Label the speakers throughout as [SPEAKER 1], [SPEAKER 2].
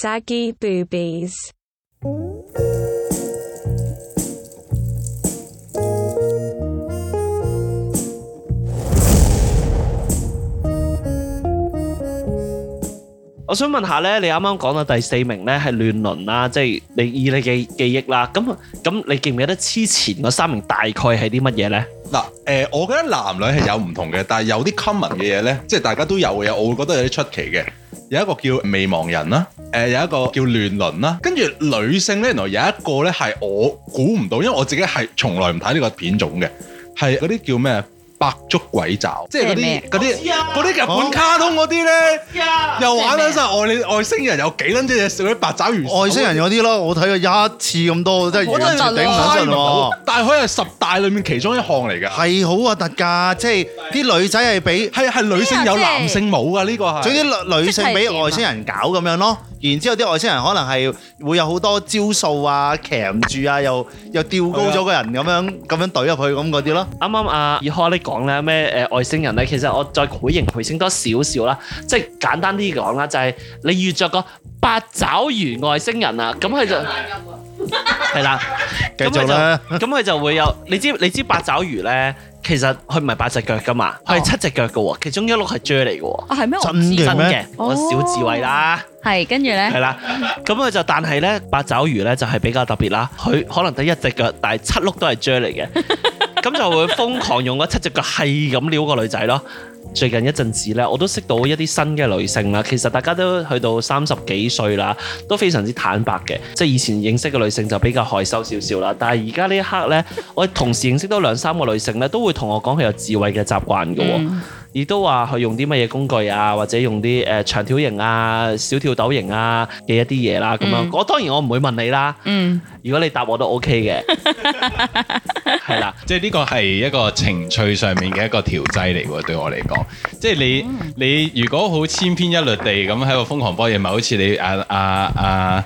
[SPEAKER 1] saggy boobies.
[SPEAKER 2] 我想問下咧，你啱啱講到第四名咧係亂倫啦，即係你以你嘅記憶啦，咁咁你記唔記得之前嗰三名大概係啲乜嘢咧？
[SPEAKER 3] 嗱，誒，我覺得男女係有唔同嘅，但係有啲 common 嘅嘢咧，即係大家都有嘅嘢，我會覺得有啲出奇嘅。有一個叫未亡人啦，誒、有一個叫亂倫啦，跟住女性咧，原來有一個咧係我估唔到，因為我自己係從來唔睇呢個片種嘅，係嗰啲叫咩百足鬼爪，即係
[SPEAKER 4] 即
[SPEAKER 3] 嗰
[SPEAKER 4] 係
[SPEAKER 3] 啲
[SPEAKER 4] 咩
[SPEAKER 3] 嗰啲嗰啲日本卡通嗰啲咧，又玩緊晒外你外星人有幾撚隻隻嗰啲八爪魚，
[SPEAKER 5] 外星人嗰啲咯，我睇過一次咁多，真係
[SPEAKER 3] 我
[SPEAKER 5] 完
[SPEAKER 3] 真
[SPEAKER 5] 全頂唔
[SPEAKER 3] 係
[SPEAKER 5] 順喎。
[SPEAKER 3] 但係佢係十大裡面其中一項嚟㗎，
[SPEAKER 5] 係好啊核突㗎，即係啲女仔係俾，
[SPEAKER 3] 係係女性有男性冇㗎呢個係。
[SPEAKER 5] 總之女女性俾外星人搞咁樣咯。然之後啲外星人可能係會有好多招數啊，騎住啊，又又吊高咗個人咁樣咁樣懟入去咁嗰啲咯。
[SPEAKER 2] 啱啱阿以開咧講咧咩誒外星人咧，其實我再繪形繪聲多少少啦，即係簡單啲講啦，就係、你遇着個八爪魚外星人啊，咁佢就係啦，
[SPEAKER 5] 繼
[SPEAKER 2] 咁
[SPEAKER 5] 續
[SPEAKER 2] 佢就
[SPEAKER 5] 啦，
[SPEAKER 2] 咁佢就會有你知你知八爪魚咧，其實佢唔係八隻腳噶嘛，
[SPEAKER 5] 哦
[SPEAKER 2] 佢係七隻腳噶喎，其中一碌係啫嚟噶喎。
[SPEAKER 4] 啊係咩？我唔
[SPEAKER 5] 真
[SPEAKER 4] 知
[SPEAKER 5] 嘅
[SPEAKER 2] 真嘅
[SPEAKER 5] 咩，
[SPEAKER 2] 我小智慧啦，
[SPEAKER 4] 係跟住
[SPEAKER 2] 係
[SPEAKER 4] 咧，
[SPEAKER 2] 啦，咁佢就但係咧，八爪魚咧就係比較特別啦，佢可能得一隻腳，但係七碌都係啫嚟嘅，咁就會瘋狂用嗰七隻腳係咁撩個女仔咯。最近一陣子咧，我都識到一啲新嘅女性啦。其實大家都去到三十幾歲啦，都非常之坦白嘅。即係以前認識嘅女性就比較害羞少少啦，但係而家呢一刻咧，我同時認識到兩三個女性咧，都會同我講佢有自慰嘅習慣嘅喎。
[SPEAKER 4] 嗯
[SPEAKER 2] 亦都話佢用啲乜嘢工具啊，或者用啲誒、呃、長條型啊、小跳豆型啊嘅一啲嘢啦，咁樣、
[SPEAKER 4] 嗯
[SPEAKER 2] 我當然我唔會問你啦，
[SPEAKER 4] 嗯，
[SPEAKER 2] 如果你答我都 OK 嘅，係啦。
[SPEAKER 6] 即係呢個係一個情趣上面嘅一個調劑嚟喎，對我嚟講，即係你你如果好千篇一律地咁喺度瘋狂播嘢，咪好似你啊啊啊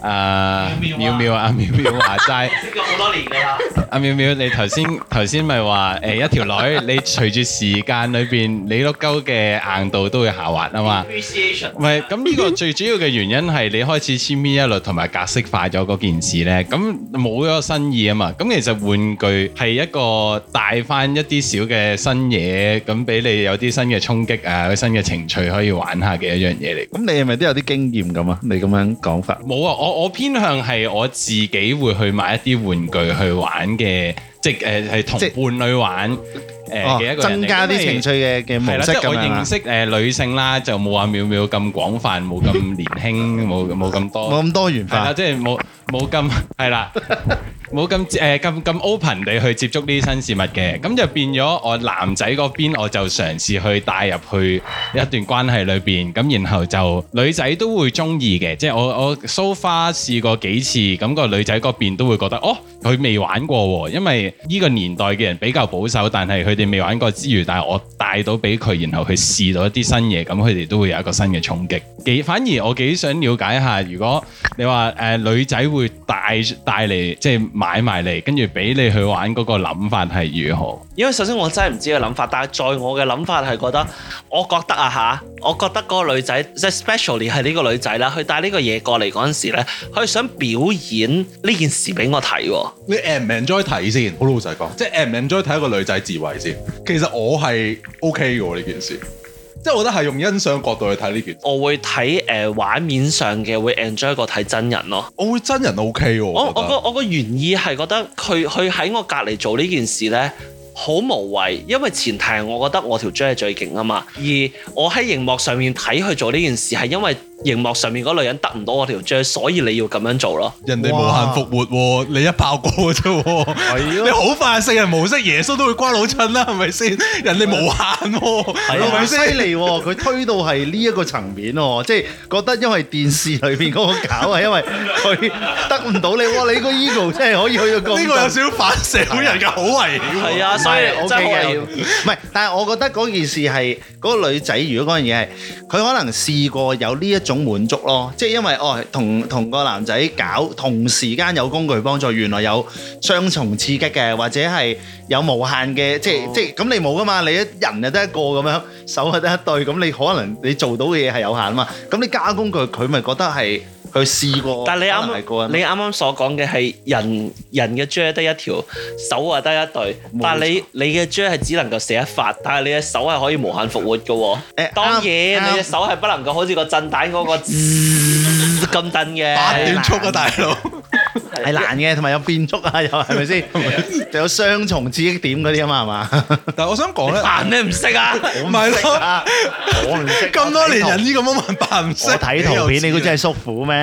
[SPEAKER 6] 啊
[SPEAKER 2] 妙
[SPEAKER 6] 妙
[SPEAKER 2] 妙
[SPEAKER 6] 妙啊妙妙話齋。
[SPEAKER 2] 識咗好多年㗎啦，
[SPEAKER 6] 阿妙妙，你頭先 頭先咪話誒一條女，你隨住時間裏邊，你碌鳩嘅硬度都會下滑啊嘛。
[SPEAKER 2] appreciation
[SPEAKER 6] 唔係，咁呢個最主要嘅原因係你開始千篇一律同埋格式化咗嗰件事呢，咁冇咗新意啊嘛。咁其實玩具係一個帶翻一啲小嘅新嘢，咁俾你有啲新嘅衝擊啊，有新嘅情趣可以玩下嘅一樣嘢嚟。
[SPEAKER 5] 咁你係咪都有啲經驗咁啊？你咁樣講法，
[SPEAKER 6] 冇啊！我我偏向係我自己會去買一啲玩具去玩嘅，即係誒係同
[SPEAKER 5] 即
[SPEAKER 6] 伴侶玩誒
[SPEAKER 5] 哦
[SPEAKER 6] 嘅一個人嚟
[SPEAKER 5] 增加啲情趣。嘅嘅
[SPEAKER 6] 因
[SPEAKER 5] 模
[SPEAKER 6] 為係啦，
[SPEAKER 5] 式
[SPEAKER 6] 即係
[SPEAKER 5] 咁
[SPEAKER 6] 我
[SPEAKER 5] 樣啊
[SPEAKER 6] 認識誒女性啦，就冇話妙妙咁廣泛，冇咁年輕，冇冇咁
[SPEAKER 5] 冇
[SPEAKER 6] 多，
[SPEAKER 5] 咁多元
[SPEAKER 6] 係啦，
[SPEAKER 5] 化。
[SPEAKER 6] 即係冇冇咁係啦，冇咁誒咁咁 open 地去接觸呢啲新事物嘅，咁就變咗我男仔嗰邊，我就嘗試去帶入去一段關係裏邊，咁然後就女仔都會中意嘅，即係我我 so far 試過幾次，咁、個女仔嗰邊都會覺得哦，佢未玩過喎，因為呢個年代嘅人比較保守，但係佢哋未玩過之餘，但係我帶到俾佢，然後去試到一啲新嘢，咁佢哋都會有一個新嘅衝擊。幾反而我幾想了解下，如果你話誒、呃女仔會帶帶嚟，即係買埋嚟，跟住俾你去玩嗰個諗法係如何？
[SPEAKER 2] 因為首先我真係唔知佢諗法，但係在我嘅諗法係覺得，我覺得啊吓，我覺得嗰個女仔，即係 specially 係呢個女仔啦，佢帶呢個嘢過嚟嗰陣時咧，佢想表演呢件事俾我睇喎。
[SPEAKER 3] 你 am enjoy 睇先，好老實講，即係 am enjoy 睇一個女仔自慰先。其實我係 OK 嘅喎呢件事，即係我覺得係用欣賞角度去睇呢件事。
[SPEAKER 2] 我會睇誒、呃、畫面上嘅會 enjoy 過睇真人咯。
[SPEAKER 3] 我會真人 OK 喎，
[SPEAKER 2] 我
[SPEAKER 3] 我
[SPEAKER 2] 我
[SPEAKER 3] 覺
[SPEAKER 2] 個
[SPEAKER 3] 得。
[SPEAKER 2] 我個原意係覺得佢佢喺我隔離做呢件事呢，好無謂，因為前提係我覺得我條 J 係最勁啊嘛。而我喺熒幕上面睇佢做呢件事，係因為熒幕上面嗰女人得唔到我條 J，所以你要咁樣做咯。
[SPEAKER 3] 人哋無限復活喎，你一爆過嘅啫喎，
[SPEAKER 5] 係
[SPEAKER 3] 你好快聖人模式，耶穌都會瓜老襯啦，係咪先？人哋無限喎，
[SPEAKER 2] 係
[SPEAKER 3] 係
[SPEAKER 2] 啊
[SPEAKER 3] 咪
[SPEAKER 5] 好犀
[SPEAKER 3] 先？
[SPEAKER 5] 利喎！佢推到係呢一個層面喎， 即係覺得因為電視裏邊嗰個搞啊係因為佢得唔到你，哇！你個 ego 真係可以去到咁。
[SPEAKER 3] 呢個有少少反社會人嘅好危險喎。
[SPEAKER 2] 係啊，所以
[SPEAKER 5] 唔係
[SPEAKER 2] 真係好
[SPEAKER 5] à, OK 嘅
[SPEAKER 2] 危險
[SPEAKER 5] 唔係，但係我覺得嗰件事係嗰、個女仔，如果嗰樣嘢係佢可能試過有呢一種種滿足咯，即係因為哦，同同個男仔搞，同時間有工具幫助，原來有雙重刺激嘅，或者係有無限嘅，即係即係咁你冇噶嘛，你一人就得一個咁樣，手就得一對，咁你可能你做到嘅嘢係有限啊嘛，咁你加工具佢咪覺得係佢試過，
[SPEAKER 2] 但係你
[SPEAKER 5] 可能係個
[SPEAKER 2] 啱
[SPEAKER 5] 人
[SPEAKER 2] 你啱啱所講嘅係人人嘅 J 得一條，手啊得一對，
[SPEAKER 5] 冇
[SPEAKER 2] 但係你你嘅 J 係只能夠射一發，但係你嘅手係可以無限復活嘅喎。
[SPEAKER 5] 誒
[SPEAKER 2] 當然
[SPEAKER 5] 啱啱
[SPEAKER 2] 你隻手係不能夠好似個震蛋 嗰個咁震嘅。哎
[SPEAKER 3] 八段速啊，大佬！
[SPEAKER 5] 係難嘅，同埋有變速啊，又 係咪先？又有雙重刺激點嗰啲啊嘛，係 嘛？
[SPEAKER 3] 但係我想講咧，
[SPEAKER 2] 扮你唔識啊！
[SPEAKER 3] 唔係咯，
[SPEAKER 5] 啊我唔 識啊
[SPEAKER 3] 咁多年人呢個 moment 扮唔識，
[SPEAKER 5] 我睇圖片，你估真係叔父咩？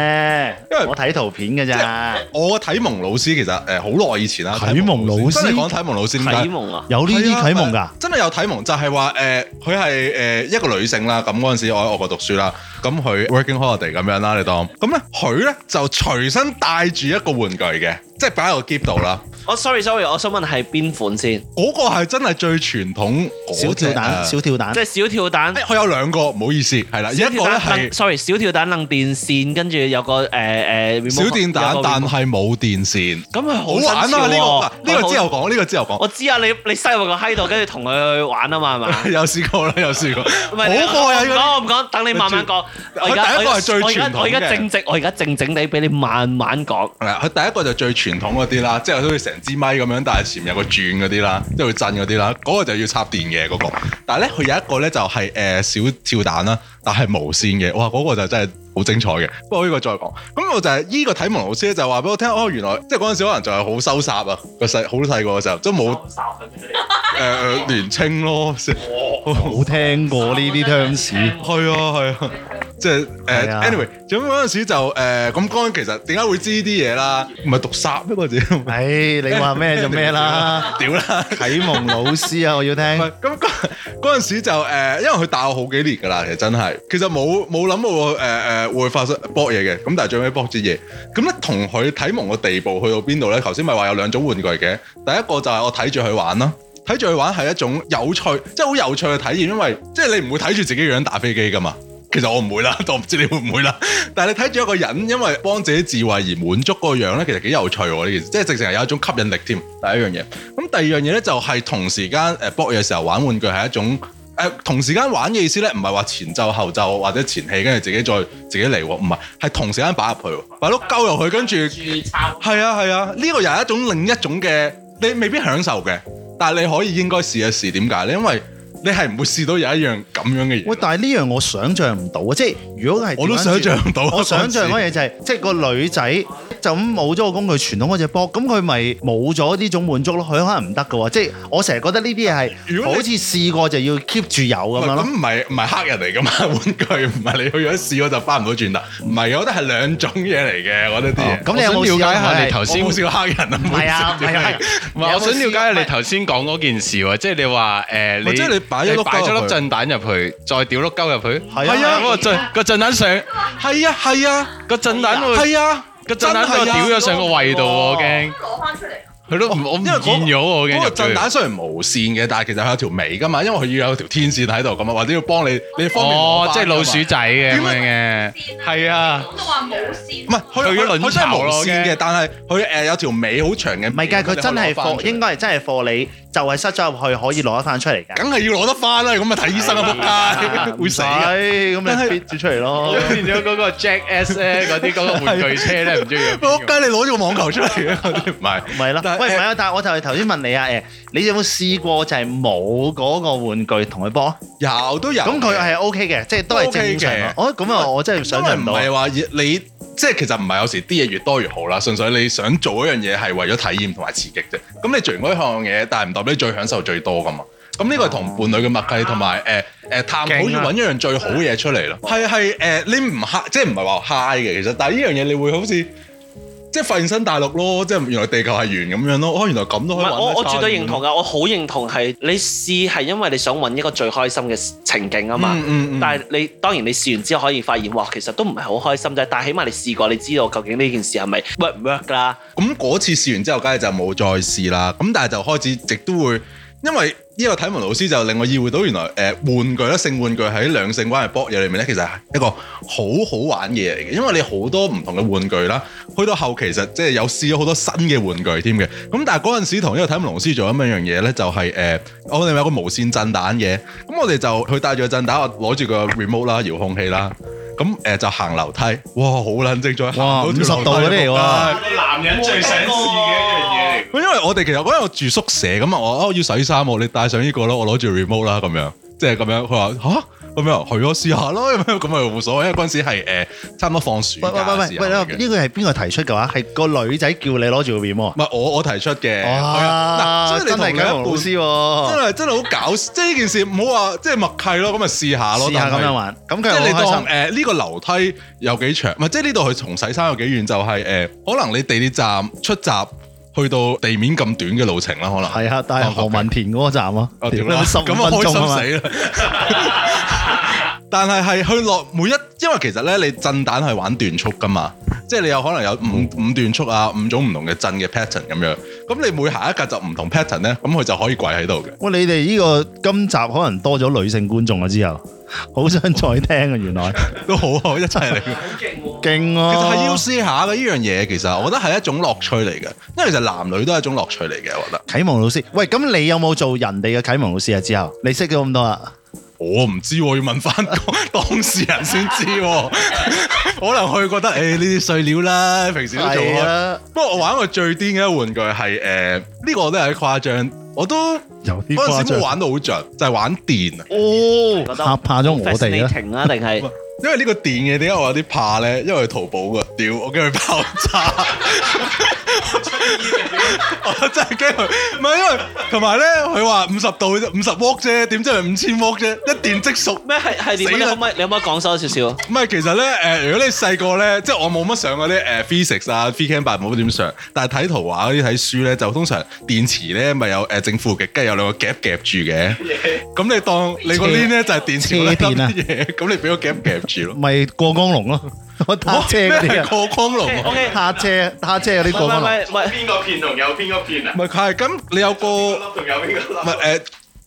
[SPEAKER 3] 因為
[SPEAKER 5] 我睇圖片嘅咋，
[SPEAKER 3] 我嘅啟蒙老師其實誒好耐以前啦，
[SPEAKER 5] 啟蒙老師
[SPEAKER 3] 真係講啟蒙老師點解
[SPEAKER 2] 啟？蒙啊！
[SPEAKER 5] 有呢啲啟蒙
[SPEAKER 3] 係啊
[SPEAKER 5] 㗎，
[SPEAKER 3] 真係有啟蒙，就係話誒，佢係誒一個女性啦。咁嗰陣時我喺外國讀書啦，咁佢 working holiday 咁樣啦，你當咁咧，佢咧就隨身帶住一個玩具嘅，即係擺喺個篋度啦。
[SPEAKER 2] 我 sorry sorry，我哦想問係邊款先？
[SPEAKER 3] 嗰、個係真係最傳統
[SPEAKER 5] 小跳
[SPEAKER 3] 嗰隻
[SPEAKER 5] 蛋，
[SPEAKER 3] 啊
[SPEAKER 5] 小跳蛋
[SPEAKER 2] 即係。小跳蛋
[SPEAKER 3] 誒，。佢有兩個，唔好意思，係啦，一個
[SPEAKER 2] 小
[SPEAKER 3] 咧
[SPEAKER 2] 跳蛋
[SPEAKER 3] 係
[SPEAKER 2] 掹 sorry，小跳蛋掹電線，跟住有個誒誒
[SPEAKER 3] 小電蛋，但係冇電線。
[SPEAKER 2] 咁佢
[SPEAKER 3] 好玩啊！呢、個呢、個之後講，呢、個之後講，
[SPEAKER 2] 我知啊，你你塞入個閪度，跟住同佢去玩啊嘛，係嘛？
[SPEAKER 3] 有 試過啦，有試過，好
[SPEAKER 2] 唔
[SPEAKER 3] 過啊
[SPEAKER 2] 係你
[SPEAKER 3] 癮
[SPEAKER 2] 我唔
[SPEAKER 3] 嗰啲
[SPEAKER 2] 講，我唔講，等你慢慢講。我而
[SPEAKER 3] 佢
[SPEAKER 2] 家
[SPEAKER 3] 第一個係最
[SPEAKER 2] 我而家
[SPEAKER 3] 傳統嘅
[SPEAKER 2] 我而家靜靜，我而家靜靜地俾你慢慢講。
[SPEAKER 3] 係啊啦，佢第一個就最傳統嗰啲啦，即係好似成支咪咁樣，但係前面有個轉嗰啲啦，即係會震嗰啲啦，嗰、個就要插電嘅嗰、個。但係咧，佢有一個咧就係、呃小跳蛋啦，但係無線嘅，哇！嗰、個就真係好精彩嘅。不過呢個再講，咁我就係、呢個體蒙老師咧就話俾我聽，哦，原來即係嗰陣時可能就係好收煞啊，個細好細個嘅時候，即係冇誒誒年青咯，
[SPEAKER 5] 冇聽過呢啲 terms，
[SPEAKER 3] 係啊，係啊，即係誒
[SPEAKER 5] 係啊
[SPEAKER 3] ，anyway，咁嗰陣時就誒，咁嗰陣其實點解會知呢啲嘢啦？唔係讀殺咩個字？
[SPEAKER 5] 唉，你話咩就咩啦。
[SPEAKER 3] 屌啦！
[SPEAKER 5] 啟蒙老師啊，我要聽。
[SPEAKER 3] 唔係咁嗰嗰陣時就誒、因為佢大我好幾年㗎啦，其實真係，其實冇冇諗過誒誒、會發生搏嘢嘅，咁但係最尾搏咗嘢，咁咧同佢睇蒙個地步去到邊度咧？頭先咪話有兩種玩具嘅，第一個就係我睇住佢玩啦。睇住佢玩係一種有趣，即係好有趣嘅體驗，因為即係你唔會睇住自己個樣打飛機㗎嘛。其實我唔會啦， 但我唔知你會唔會啦。但係你睇住一個人，因為幫自己自慰而滿足嗰個樣咧，其實幾有趣喎呢件事，即係直情係有一種吸引力添。第一樣嘢，咁第二樣嘢咧就係、同時間誒搏嘢嘅時候玩玩具係一種誒、呃同時間玩嘅意思咧，唔係話前奏後奏或者前戲跟住自己再自己嚟喎，唔係係同時間擺入去喎，擺碌鳩入去跟住。係啊係啊，呢、個又係一種另一種嘅，你未必享受嘅，但係你可以應該試一試。點解咧？因為你係唔會試到有一樣咁樣嘅嘢。
[SPEAKER 5] 喂，但係呢樣我想像唔到啊！即係如果係
[SPEAKER 3] 我都想像唔到啊
[SPEAKER 5] 我想像
[SPEAKER 3] 嗰
[SPEAKER 5] 嗰嘢就係、即係個女仔就咁冇咗個工具，傳統嗰只波，咁佢咪冇咗呢種滿足咯？佢可能唔得嘅喎，即係我成日覺得呢啲嘢
[SPEAKER 3] 如
[SPEAKER 5] 係
[SPEAKER 3] 果
[SPEAKER 5] 好
[SPEAKER 3] 你
[SPEAKER 5] 似試過就要 keep 住有咁樣
[SPEAKER 3] 咁
[SPEAKER 5] 咯。
[SPEAKER 3] 唔係唔係黑人嚟噶嘛？ 玩具唔係你去咗試我就翻唔到轉頭，唔係嘅，我覺得係兩種嘢嚟嘅。我覺得啲嘢。
[SPEAKER 5] 咁你有冇
[SPEAKER 6] 我想
[SPEAKER 5] 試
[SPEAKER 6] 了
[SPEAKER 5] 過
[SPEAKER 6] 解下
[SPEAKER 5] 係
[SPEAKER 6] 你頭先
[SPEAKER 3] 我冇試過黑人啊，唔
[SPEAKER 5] 唔係啊，唔係啊，
[SPEAKER 6] 唔係，我想了解下你
[SPEAKER 5] 頭。
[SPEAKER 6] 頭先講嗰件事喎，即係你話誒，
[SPEAKER 3] 咪
[SPEAKER 6] 你
[SPEAKER 3] 即係你擺一粒
[SPEAKER 6] 擺
[SPEAKER 3] 膠入
[SPEAKER 6] 咗粒
[SPEAKER 3] 去
[SPEAKER 6] 震蛋入去，再屌碌鳩入去，
[SPEAKER 5] 係啊係啊
[SPEAKER 6] 嗰個震個震蛋上
[SPEAKER 3] 係啊係啊
[SPEAKER 6] 個震蛋會
[SPEAKER 3] 係啊，
[SPEAKER 6] 個震蛋
[SPEAKER 3] 真
[SPEAKER 6] 個
[SPEAKER 3] 係
[SPEAKER 6] 屌
[SPEAKER 3] 啊
[SPEAKER 6] 咗上個胃度喎，我驚
[SPEAKER 1] 攞翻出嚟。
[SPEAKER 6] 佢都唔我唔
[SPEAKER 3] 因為嗰
[SPEAKER 6] 見咗喎我
[SPEAKER 3] 嗰
[SPEAKER 6] 驚
[SPEAKER 3] 個
[SPEAKER 6] 入
[SPEAKER 3] 震
[SPEAKER 6] 去
[SPEAKER 3] 蛋。雖然無線嘅，但係其實佢有條尾噶嘛，因為佢要有條天線喺度咁啊，或者要幫你你方便攞
[SPEAKER 6] 哦，
[SPEAKER 3] 返
[SPEAKER 6] 即係
[SPEAKER 3] 㗎嘛
[SPEAKER 6] 老鼠仔嘅咁樣嘅，係啊，
[SPEAKER 1] 講到話冇線
[SPEAKER 3] 唔。係佢
[SPEAKER 6] 佢
[SPEAKER 3] 佢
[SPEAKER 6] 嗰
[SPEAKER 3] 佢
[SPEAKER 6] 輪
[SPEAKER 3] 真係
[SPEAKER 6] 巢
[SPEAKER 3] 無
[SPEAKER 6] 咯
[SPEAKER 3] 線嘅，但係佢誒有條尾好長嘅。
[SPEAKER 5] 唔係㗎，佢真係
[SPEAKER 3] 放
[SPEAKER 5] 貨，，應該係真係貨你，就係塞咗入去可以攞得翻出嚟㗎。
[SPEAKER 3] 梗係要攞得翻啦！咁啊睇醫生啊仆街，會死㗎。
[SPEAKER 5] 係咁你 fit 咗出嚟
[SPEAKER 6] 我
[SPEAKER 5] 咯。
[SPEAKER 6] 變咗嗰個 Jack S 咧，嗰啲嗰個玩具車咧，唔中意入邊
[SPEAKER 3] 仆
[SPEAKER 6] 嘅。
[SPEAKER 3] 街，你攞咗個網球出嚟 嘅，嗰啲唔係。
[SPEAKER 5] 唔係啦，
[SPEAKER 3] 但係
[SPEAKER 5] 喂，唔係
[SPEAKER 3] 誒
[SPEAKER 5] 啊，但係我就係頭先問你啊，誒，你有冇試過就係冇嗰個玩具同佢波？
[SPEAKER 3] 有都有。
[SPEAKER 5] 咁佢係 O K 嘅，即係都係正常啊。哦，咁啊，我真係想
[SPEAKER 3] 因為
[SPEAKER 5] 象唔
[SPEAKER 3] 唔
[SPEAKER 5] 到。
[SPEAKER 3] 係話你即係其實唔係有時啲嘢越多越好啦，純粹你想做一樣嘢係為咗體驗同埋刺激啫。咁你做完嗰項嘢，但係唔代表你最享受最多噶嘛。咁呢個係同伴侶嘅默契同埋誒誒探討
[SPEAKER 5] 勁啊
[SPEAKER 3] 要揾一樣最好嘅嘢出嚟咯。係係誒，你唔 high 即係唔係話 high 嘅，其實但係呢樣嘢你會好似即係發現新大陸咯，即係原來地球係圓咁樣咯。哦，原來咁
[SPEAKER 2] 唔
[SPEAKER 3] 都可以
[SPEAKER 2] 係
[SPEAKER 3] 揾
[SPEAKER 2] 我我
[SPEAKER 3] 得
[SPEAKER 2] 絕
[SPEAKER 3] 返
[SPEAKER 2] 對認
[SPEAKER 3] 咁
[SPEAKER 2] 同啊
[SPEAKER 3] 樣
[SPEAKER 2] 㗎，我好認同係你試係因為你想揾一個最開心嘅情景啊嘛。
[SPEAKER 3] 嗯嗯嗯
[SPEAKER 2] 但係你當然你試完之後可以發現，哇，其實都唔係好開心啫。但係起碼你試過，你知道究竟呢件事係咪 work 唔 work 㗎啦。
[SPEAKER 3] 咁嗰次試完之後，梗係就冇再試啦。咁但係就開始亦都會因為呢個體文老師就令我意會到原來誒、呃玩具啦，性玩具喺兩性關係博嘢裏面咧，其實係一個好好玩嘅嘢嚟嘅，因為你好多唔同嘅玩具啦，去到後期其實即係有試咗好多新嘅玩具添嘅。咁但係嗰陣時同呢個體文老師做緊一樣嘢咧，就係、呃我哋咪有個無線震蛋嘅，咁我哋就佢帶住個震蛋，我攞住個 remote 啦，遙控器啦。咁誒、呃就行樓梯，哇！好撚精彩，
[SPEAKER 5] 哇
[SPEAKER 3] 行
[SPEAKER 5] 50
[SPEAKER 3] 到條
[SPEAKER 5] 度啊嗰啲嚟喎
[SPEAKER 3] 樓梯 仆街
[SPEAKER 6] 男人最想試嘅一樣嘢嚟。
[SPEAKER 3] 因為我哋其實嗰日我住宿舍咁啊，我哦要洗衫喎，你帶上呢個咯，我攞住 remote 啦咁樣，即係咁樣。佢話吓，咁樣，去我試下咯，咁樣咁咪啊冇所謂。因為嗰陣時係誒差唔多放暑假
[SPEAKER 5] 喂喂喂
[SPEAKER 3] 嘅
[SPEAKER 5] 喂
[SPEAKER 3] 時候
[SPEAKER 5] 喂，
[SPEAKER 3] 嚟嘅。
[SPEAKER 5] 呢個係邊個提出嘅話？係個女仔叫你攞住個 remote
[SPEAKER 3] 唔係我我提出嘅，係
[SPEAKER 5] 啊！哇，真係啟蒙老師
[SPEAKER 3] 啊嗱，所以你同你一
[SPEAKER 5] 喎。
[SPEAKER 3] 半真係真係好搞笑，即係呢件事唔好話即係默契咯，咁咪試下咯，
[SPEAKER 5] 試下
[SPEAKER 3] 但
[SPEAKER 5] 咁
[SPEAKER 3] 係
[SPEAKER 5] 樣玩，咁
[SPEAKER 3] 即
[SPEAKER 5] 佢
[SPEAKER 3] 係你
[SPEAKER 5] 係好開
[SPEAKER 3] 當
[SPEAKER 5] 心。
[SPEAKER 3] 誒呢個樓梯有幾長，唔係即係呢度佢從洗衫有幾遠，就係、誒、可能你地鐵站出閘去到地面咁短嘅路程啦，可能
[SPEAKER 5] 係啊，但係
[SPEAKER 3] 當
[SPEAKER 5] 何文田嗰個站啊，
[SPEAKER 3] 哦，
[SPEAKER 5] 屌
[SPEAKER 3] 屌
[SPEAKER 5] 你咪
[SPEAKER 3] 啦，
[SPEAKER 5] 十五
[SPEAKER 3] 咁
[SPEAKER 5] 分
[SPEAKER 3] 我開
[SPEAKER 5] 鐘啊嘛，
[SPEAKER 3] 心死啦！ 但係係去落每一，因為其實咧，你震蛋係玩段速噶嘛，即係你有可能有五五段速啊，五種唔同嘅震嘅 pattern 咁樣。咁你每下一格就唔同 pattern 咧，咁佢就可以跪喺度嘅。
[SPEAKER 5] 喂，你哋呢個今集可能多咗女性觀眾啊，之後好想再聽啊，原來
[SPEAKER 3] 都好啊，一齊 嚟。
[SPEAKER 5] 勁啊！
[SPEAKER 3] 其實係要試下嘅呢樣嘢，其實我覺得係一種樂趣嚟嘅，因為其實男女都係一種樂趣嚟嘅，我覺得。
[SPEAKER 5] 啟蒙老師。喂，咁你有冇做人哋嘅啟蒙老師啊？之後你識咗咁多啊？
[SPEAKER 3] 我唔知喎，要問翻 當事人先知喎。 可能佢覺得誒呢啲碎料啦，平時都做開
[SPEAKER 5] 係。啊，
[SPEAKER 3] 不過我玩過最癲嘅一個玩具係誒呢個我都有啲誇張，我都
[SPEAKER 5] 有啲
[SPEAKER 3] 嗰
[SPEAKER 5] 誇
[SPEAKER 3] 陣時
[SPEAKER 5] 張
[SPEAKER 3] 冇。玩到好盡，就係玩電啊！
[SPEAKER 5] 哦，嚇怕咗我哋啦。
[SPEAKER 2] 停啊，定 係
[SPEAKER 3] 因為呢個電嘅點解我有啲怕咧？因為佢淘寶噶，屌我驚佢爆炸，我真係驚佢。唔係因為同埋咧，佢話五十度五十 w 啫，點知係五千 w 啫，一電即熟。
[SPEAKER 2] 咩？係係點啊？
[SPEAKER 3] 死
[SPEAKER 2] 你可
[SPEAKER 3] 啦
[SPEAKER 2] 唔可以你可唔可以講多少少啊？
[SPEAKER 3] 唔係，其實咧，誒、如果你細個咧，即係我冇乜上嗰啲誒 physics 啊、p h y c a m 八冇乜點上，但係睇圖畫嗰啲睇書咧，就通常電池咧咪有誒、正負極，跟住有兩個夾夾住嘅。咁你當 你個
[SPEAKER 5] 車
[SPEAKER 3] link 咧就係電池嗰
[SPEAKER 5] 車電啊
[SPEAKER 3] 粒嘢，咁你俾個夾夾住 咯。
[SPEAKER 5] 咪過江龍咯， 我
[SPEAKER 3] 哇
[SPEAKER 5] 搭啊車嗰
[SPEAKER 3] 咩
[SPEAKER 5] 啲
[SPEAKER 3] 係過光龍啊
[SPEAKER 2] O K，
[SPEAKER 5] 啊，撻車撻車嗰啲過江龍。
[SPEAKER 2] 喂喂，
[SPEAKER 1] 邊個片同有邊個片啊？
[SPEAKER 3] 唔係佢係咁，你有個
[SPEAKER 1] 邊
[SPEAKER 3] 唔
[SPEAKER 1] 個粒同有邊個粒？
[SPEAKER 3] 係誒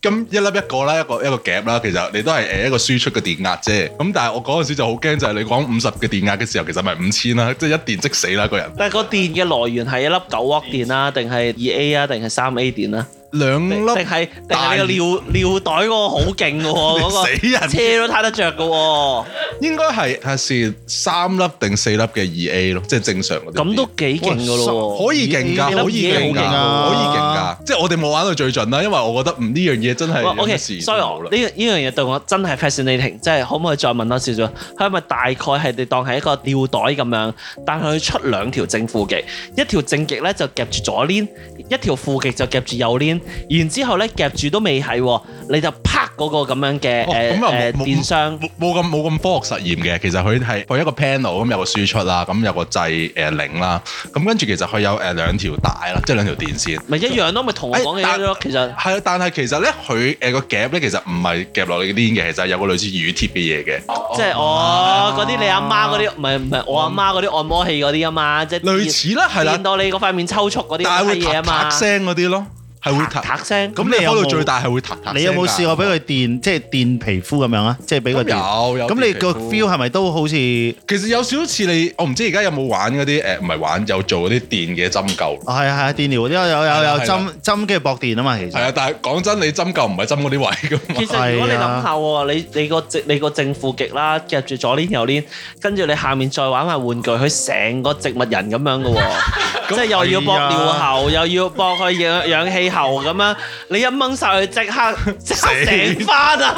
[SPEAKER 3] 咁一粒一個啦，一個一個夾啦，其實你都係誒一個輸出嘅電壓啫。咁但係我嗰陣時就好驚，就係你講五十嘅電壓嘅時候，其實咪五千啦，即係一電即死啦個人。
[SPEAKER 2] 但係個電嘅來源係一粒九 W 電啊，定係二 A 啊，定係三 A 電啊？
[SPEAKER 3] 兩
[SPEAKER 2] 定定
[SPEAKER 3] 粒
[SPEAKER 2] 係定係你個尿尿袋嗰個好勁嘅喎，嗰個
[SPEAKER 3] 死人
[SPEAKER 2] 車都攤得着嘅喎，
[SPEAKER 3] 應該係睇下先，三粒定四粒嘅二 A 咯，即係正常嗰啲。
[SPEAKER 2] 咁都幾勁嘅咯喎。
[SPEAKER 3] 可以勁㗎，
[SPEAKER 2] 二 A
[SPEAKER 3] 可以勁㗎，
[SPEAKER 2] 好勁
[SPEAKER 5] 啊
[SPEAKER 3] 可以勁㗎。即係我哋冇玩到最盡啦，因為我覺得嗯呢樣嘢真係
[SPEAKER 2] 哇
[SPEAKER 3] 有
[SPEAKER 2] OK，
[SPEAKER 3] 啲事
[SPEAKER 2] 所以我
[SPEAKER 3] 冇啦
[SPEAKER 2] 呢呢樣嘢對我真係 fascinating，即係可唔可以再問多少少？佢係咪大概係你當係一個吊袋咁樣，但係佢出兩條正負極，一條正極咧就夾住左鏈，一條負極就夾住右鏈，然之後咧夾住都未係喎，你就啪嗰個咁樣嘅
[SPEAKER 3] 哦
[SPEAKER 2] 誒
[SPEAKER 3] 咁啊
[SPEAKER 2] 誒
[SPEAKER 3] 冇冇
[SPEAKER 2] 電箱。
[SPEAKER 3] 冇冇咁冇咁科學實驗嘅，其實佢係佢一個 panel 咁有個輸出啦，咁有個掣誒鈴啦，咁跟住其實佢有誒兩條帶啦，即係兩條電線。
[SPEAKER 2] 咪一樣咯，咪同我講嘅一樣咯。其實
[SPEAKER 3] 係哎啊，但係其實咧，佢誒個夾咧，其實唔係夾落你嘅 link 嘅，其實有個類似乳貼嘅嘢嘅。
[SPEAKER 2] 即
[SPEAKER 5] 哦
[SPEAKER 2] 係我嗰啲你阿媽嗰啲，唔係唔係我阿媽嗰啲按摩器嗰啲啊嘛，即係
[SPEAKER 3] 類似啦係啦
[SPEAKER 2] 見到你嗰塊面抽搐嗰啲
[SPEAKER 3] 但係
[SPEAKER 2] 咁
[SPEAKER 3] 會
[SPEAKER 2] 嘅嘢啊
[SPEAKER 3] 嗒
[SPEAKER 2] 嘛，
[SPEAKER 3] 嗒聲嗰啲咯，係會
[SPEAKER 2] 嗒
[SPEAKER 3] 嗒。
[SPEAKER 2] 嗒聲。
[SPEAKER 3] 咁你開到最大係會嗒嗒聲㗎。
[SPEAKER 5] 你有冇試過俾佢電，即係電皮膚咁樣啊？即係俾佢電。
[SPEAKER 3] 有有。
[SPEAKER 5] 咁你個 feel 係咪都好似係
[SPEAKER 3] 其實有少少似你，我唔知而家有冇玩嗰啲誒，唔係玩有做嗰啲電嘅針灸。
[SPEAKER 5] 啊係啊電療？因為有有有
[SPEAKER 3] 係啦
[SPEAKER 5] 有
[SPEAKER 3] 係啦
[SPEAKER 5] 針針跟住駁電啊嘛，其
[SPEAKER 3] 係
[SPEAKER 5] 實
[SPEAKER 3] 啊，但係講真，你針灸唔係針嗰啲 位噶嘛。
[SPEAKER 2] 其實如果你
[SPEAKER 5] 係
[SPEAKER 2] 諗
[SPEAKER 5] 啊
[SPEAKER 2] 下喎，你你個正你個正負極啦，夾住左鏈右鏈，跟住你下面再玩埋玩具，佢成個植物人咁樣嘅 喎，即係又要
[SPEAKER 5] 係
[SPEAKER 2] 搏
[SPEAKER 5] 啊
[SPEAKER 2] 尿喉，又要搏佢氧氧氣喉咁樣，你一掹晒佢即 刻即刻醒翻啊！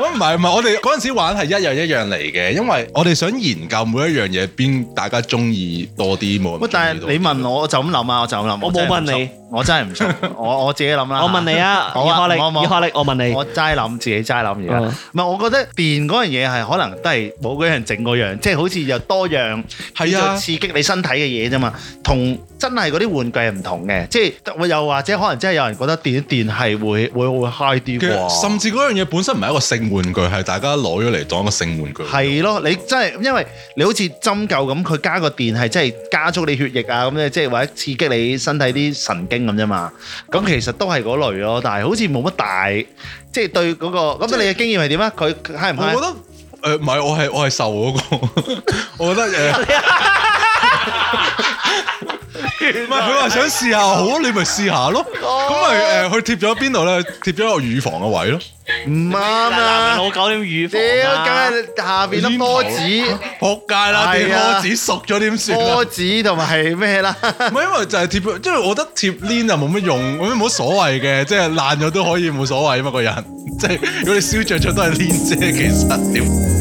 [SPEAKER 3] 喂唔係唔係，我哋嗰陣時玩係一樣一樣嚟嘅，因為我哋想研究每一樣嘢邊大家中意多啲冇。
[SPEAKER 5] 喂，但係你問我，我就咁諗啊，我就咁諗。
[SPEAKER 2] 我冇問你，
[SPEAKER 5] 我真係唔熟， 我我自己諗啦。
[SPEAKER 2] 我問你啊，
[SPEAKER 5] 好
[SPEAKER 2] 葉
[SPEAKER 5] 啊
[SPEAKER 2] 可力，
[SPEAKER 5] 好啊好啊
[SPEAKER 2] 葉可力，我問你，
[SPEAKER 5] 我齋諗自己齋諗而家，
[SPEAKER 2] 嗯
[SPEAKER 5] 唔係我覺得電嗰樣嘢係可能都係冇嗰樣整嗰樣，即係好似又多樣，
[SPEAKER 3] 係
[SPEAKER 5] 叫
[SPEAKER 3] 啊
[SPEAKER 5] 做刺激你身體嘅嘢啫嘛，同真係嗰啲玩具係唔同嘅，即係又或者可能真係有人覺得電電係會會會 high 啲
[SPEAKER 3] 嘅，
[SPEAKER 5] 喎。
[SPEAKER 3] 甚至嗰樣嘢本身唔係一個性玩具，係大家攞咗嚟當一個性玩具。
[SPEAKER 5] 係咯，你真係因為你好似針灸咁，佢加個電係真係加速你血液啊，咁咧即係或者刺激你身體啲神經經咁啫嘛。咁其實都係嗰類咯，但係好似冇乜大，即係對嗰、個。咁你嘅經驗係點啊？佢佢嗨唔嗨
[SPEAKER 3] 我覺？得誒唔係，我係我係瘦嗰個， 我覺得誒。 唔係佢話想試下好啊，你咪試下咯。
[SPEAKER 5] 哦
[SPEAKER 3] 咁咪誒，佢貼咗邊度咧？貼咗個乳房嘅位咯。
[SPEAKER 5] 唔啱
[SPEAKER 2] 男人
[SPEAKER 5] 啊！
[SPEAKER 2] 老狗點預
[SPEAKER 5] 屌，
[SPEAKER 2] 防啊？
[SPEAKER 5] 梗係下邊粒波 子。
[SPEAKER 3] 仆街啦！
[SPEAKER 5] 係
[SPEAKER 3] 啲
[SPEAKER 5] 啊
[SPEAKER 3] 波子熟咗點算啊
[SPEAKER 5] 波？子同埋係咩啦？
[SPEAKER 3] 唔係因為就係貼，因為我覺得貼 link 就冇乜用，咁冇所謂嘅，即係爛咗都可以冇所謂啊嘛，個人即係如果你燒着咗都係 link 啫，其實屌。